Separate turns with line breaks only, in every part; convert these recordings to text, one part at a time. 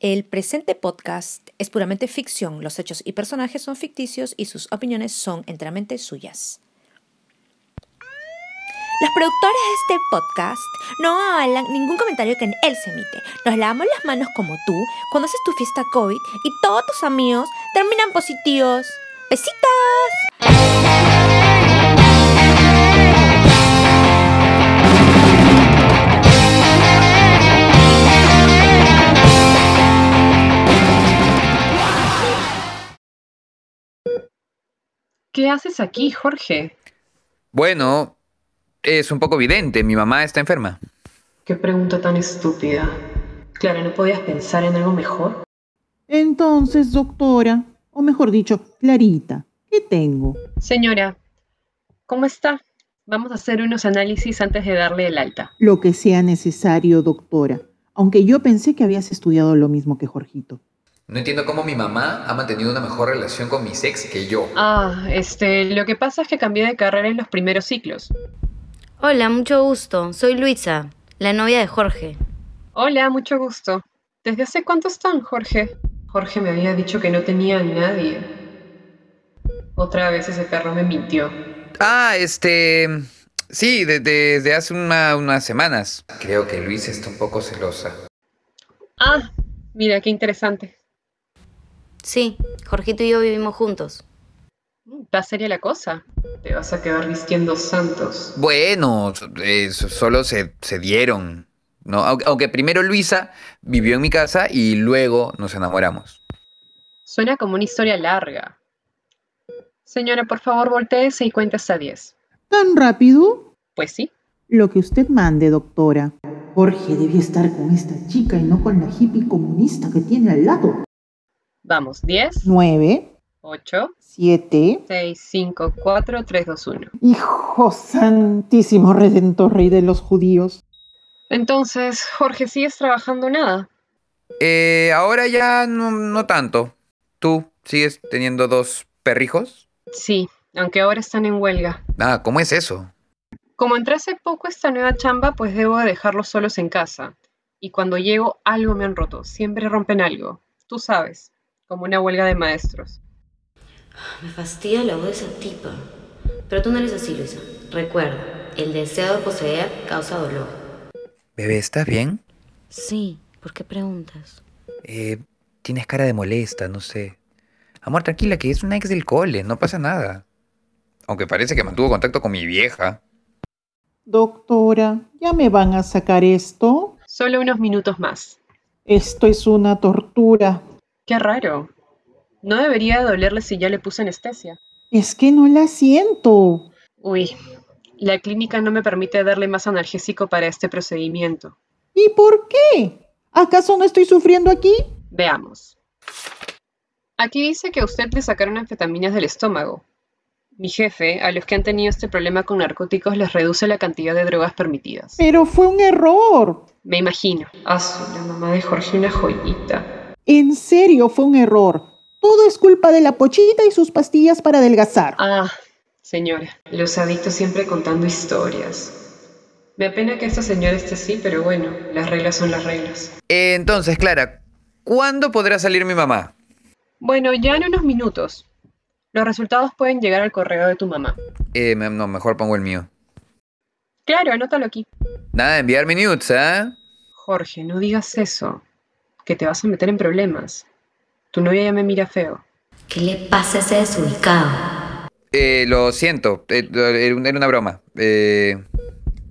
El presente podcast es puramente ficción, los hechos y personajes son ficticios y sus opiniones son enteramente suyas. Los productores de este podcast no avalan ningún comentario que en él se emite. Nos lavamos las manos como tú cuando haces tu fiesta COVID y todos tus amigos terminan positivos. ¡Besitos!
¿Qué haces aquí, Jorge?
Bueno, es un poco evidente, mi mamá está enferma.
Qué pregunta tan estúpida. Claro, ¿no podías pensar en algo mejor?
Entonces, doctora, o mejor dicho, Clarita, ¿qué tengo?
Señora, ¿cómo está? Vamos a hacer unos análisis antes de darle el alta.
Lo que sea necesario, doctora. Aunque yo pensé que habías estudiado lo mismo que Jorgito.
No entiendo cómo mi mamá ha mantenido una mejor relación con mi ex que yo.
Ah, este, lo que pasa es que cambié de carrera en los primeros ciclos.
Hola, mucho gusto. Soy Luisa, la novia de Jorge.
Hola, mucho gusto. ¿Desde hace cuánto están, Jorge? Jorge me había dicho que no tenía a nadie. Otra vez ese perro me mintió.
Ah, este... Sí, de- de- desde hace una- unas semanas. Creo que Luis está un poco celosa.
Ah, mira, qué interesante.
Sí, Jorgito y yo vivimos juntos.
Está seria la cosa. Te vas a quedar vistiendo santos.
Bueno, eh, so- solo se, se dieron. ¿no? Au- Aunque primero Luisa vivió en mi casa y luego nos enamoramos.
Suena como una historia larga. Señora, por favor, volteese y cuente hasta 10.
¿Tan rápido?
Pues sí.
Lo que usted mande, doctora. Jorge debía estar con esta chica y no con la hippie comunista que tiene al lado.
Vamos, 10,
Nueve,
8,
siete.
6, 5, 4, 3, 2, 1.
Hijo santísimo, redentor rey de los judíos.
Entonces, Jorge, ¿sigues trabajando nada?
Eh, ahora ya no, no tanto. ¿Tú sigues teniendo dos perrijos?
Sí, aunque ahora están en huelga.
Ah, ¿cómo es eso?
Como entré hace poco a esta nueva chamba, pues debo de dejarlos solos en casa. Y cuando llego, algo me han roto. Siempre rompen algo. Tú sabes, como una huelga de maestros.
Me fastidia la voz de esa tipa. Pero tú no eres así, Luisa. Recuerda, el deseo de poseer causa dolor.
Bebé, ¿estás bien?
Sí, ¿por qué preguntas?
Eh, tienes cara de molesta, no sé. Amor, tranquila, que es una ex del cole, no pasa nada. Aunque parece que mantuvo contacto con mi vieja.
Doctora, ¿ya me van a sacar esto?
Solo unos minutos más.
Esto es una tortura.
Qué raro. No debería dolerle si ya le puse anestesia.
Es que no la siento.
Uy, la clínica no me permite darle más analgésico para este procedimiento.
¿Y por qué? ¿Acaso no estoy sufriendo aquí?
Veamos. Aquí dice que a usted le sacaron anfetaminas del estómago. Mi jefe, a los que han tenido este problema con narcóticos, les reduce la cantidad de drogas permitidas.
Pero fue un error.
Me imagino. Ah, su, la mamá de Jorge una joyita.
En serio, fue un error. Todo es culpa de la pochita y sus pastillas para adelgazar.
Ah, señora. Los adictos siempre contando historias. Me apena que esta señora esté así, pero bueno, las reglas son las reglas.
Eh, entonces, Clara, ¿cuándo podrá salir mi mamá?
Bueno, ya en unos minutos. Los resultados pueden llegar al correo de tu mamá.
Eh, me- no, mejor pongo el mío.
Claro, anótalo aquí.
Nada, de enviarme nudes, ¿ah?
Jorge, no digas eso, que te vas a meter en problemas. Tu novia ya me mira feo.
¿Qué le pasa a ese desubicado?
Eh, lo siento, eh, era un- era una broma. Eh,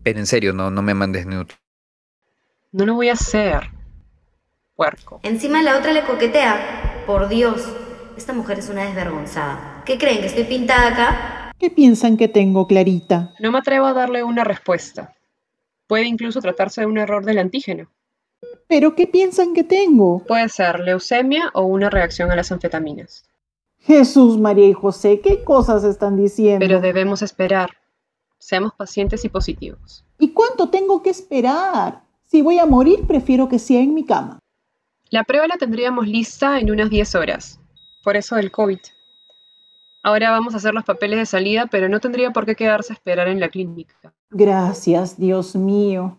pero en serio, no, no me mandes nudes.
No lo voy a hacer. Puerco.
Encima la otra le coquetea. Por Dios, esta mujer es una desvergonzada. ¿Qué creen? ¿Que estoy pintada acá?
¿Qué piensan que tengo, Clarita?
No me atrevo a darle una respuesta. Puede incluso tratarse de un error del antígeno.
¿Pero qué piensan que tengo?
Puede ser leucemia o una reacción a las anfetaminas.
Jesús, María y José, ¿qué cosas están diciendo?
Pero debemos esperar. Seamos pacientes y positivos.
¿Y cuánto tengo que esperar? Si voy a morir, prefiero que sea en mi cama.
La prueba la tendríamos lista en unas 10 horas, por eso del COVID. Ahora vamos a hacer los papeles de salida, pero no tendría por qué quedarse a esperar en la clínica.
Gracias, Dios mío.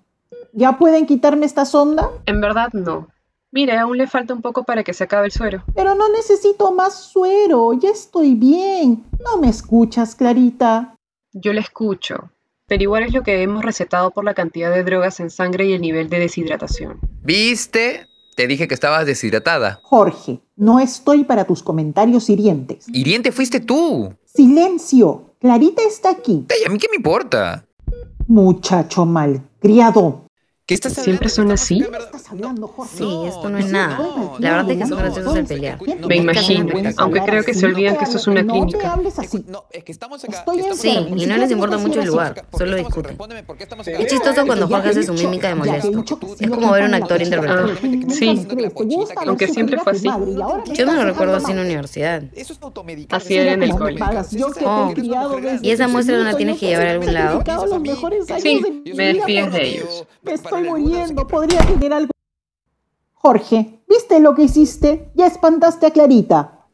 ¿Ya pueden quitarme esta sonda?
En verdad no. Mire, aún le falta un poco para que se acabe el suero.
Pero no necesito más suero, ya estoy bien. No me escuchas, Clarita.
Yo le escucho, pero igual es lo que hemos recetado por la cantidad de drogas en sangre y el nivel de deshidratación.
¿Viste? Te dije que estabas deshidratada.
Jorge, no estoy para tus comentarios hirientes.
Hiriente fuiste tú.
Silencio, Clarita está aquí.
Ey, a mí qué me importa.
Muchacho malcriado.
¿Qué estás
¿Siempre son así?
estás hablando, Jorge?
Sí, esto no es nada. La verdad es que son graciosos al pelear.
Me imagino, aunque creo que se olvidan que esto es una
No te
clínica.
hables así.
No, es que estamos
Estoy
estamos
Sí,
acá.
y no les importa mucho el lugar, solo discuten.
Respóndeme, ¿por qué estamos
Es chistoso cuando Jorge hace su mímica de molesto. Es como ver a un actor interpretando.
sí, aunque siempre fue así.
Yo no lo recuerdo así en la universidad.
Eso es automedicarse.
Así era en el
Eso es
cole.
automedicarse.
Oh, ¿y esa muestra no la tienes que llevar a algún lado?
Sí, me despides de ellos.
Me estoy muriendo, podría tener algo. Jorge, ¿viste lo que hiciste? Ya espantaste a Clarita.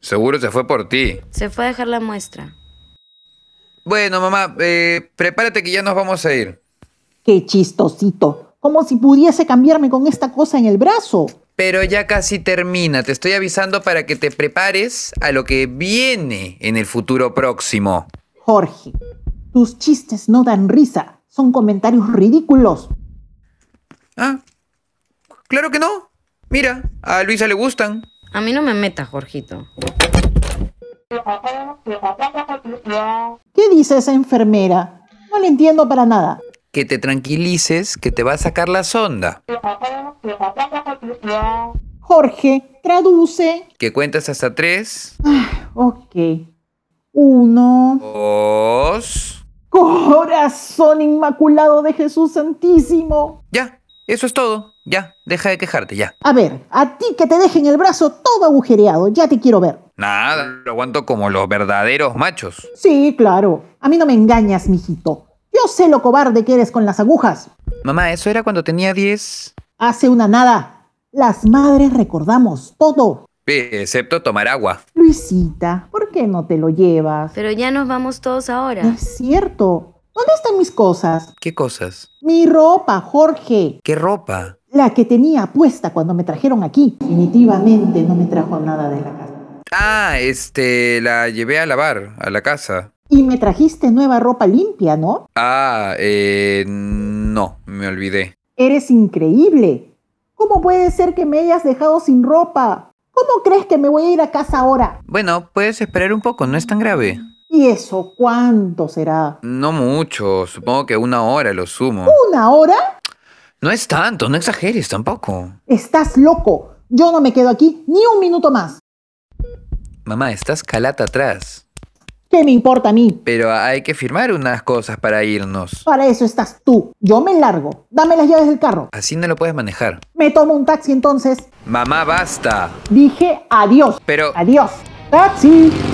Seguro se fue por ti.
Se fue a dejar la muestra.
Bueno, mamá, eh, prepárate que ya nos vamos a ir.
Qué chistosito. Como si pudiese cambiarme con esta cosa en el brazo.
Pero ya casi termina. Te estoy avisando para que te prepares a lo que viene en el futuro próximo.
Jorge, tus chistes no dan risa. Son comentarios ridículos.
Ah, claro que no. Mira, a Luisa le gustan.
A mí no me meta, Jorgito.
¿Qué dice esa enfermera? No le entiendo para nada.
Que te tranquilices, que te va a sacar la sonda.
Jorge, traduce.
Que cuentas hasta tres,
Ok. Uno.
dos.
Corazón inmaculado de Jesús Santísimo.
Ya, eso es todo. Ya, deja de quejarte, ya.
A ver, a ti que te dejen el brazo todo agujereado, ya te quiero ver.
Nada, lo aguanto como los verdaderos machos.
Sí, claro. A mí no me engañas, mijito. Yo sé lo cobarde que eres con las agujas.
Mamá, eso era cuando tenía 10.
Hace una nada. Las madres recordamos todo.
Excepto tomar agua.
Luisita, ¿por qué no te lo llevas?
Pero ya nos vamos todos
No
ahora.
es cierto. ¿Dónde están mis cosas?
¿Qué cosas?
Mi ropa, Jorge.
¿Qué ropa?
La que tenía puesta cuando me trajeron aquí. Definitivamente no me trajo nada de la casa.
Ah, este, la llevé a lavar, a la casa.
Y me trajiste nueva ropa limpia, ¿no?
Ah, eh, no, me olvidé.
Eres increíble. ¿Cómo puede ser que me hayas dejado sin ropa? ¿Cómo crees que me voy a ir a casa ahora?
Bueno, puedes esperar un poco, no es tan grave.
¿Y eso cuánto será?
No mucho, supongo que una hora lo sumo.
¿Una hora?
No es tanto, no exageres tampoco.
Estás loco. Yo no me quedo aquí ni un minuto más.
Mamá, estás calata atrás.
¿Qué me importa a mí?
Pero hay que firmar unas cosas para irnos.
Para eso estás tú. Yo me largo. Dame las llaves del carro.
Así no lo puedes manejar.
Me tomo un taxi entonces.
Mamá, basta.
Dije adiós.
Pero...
Adiós. Taxi.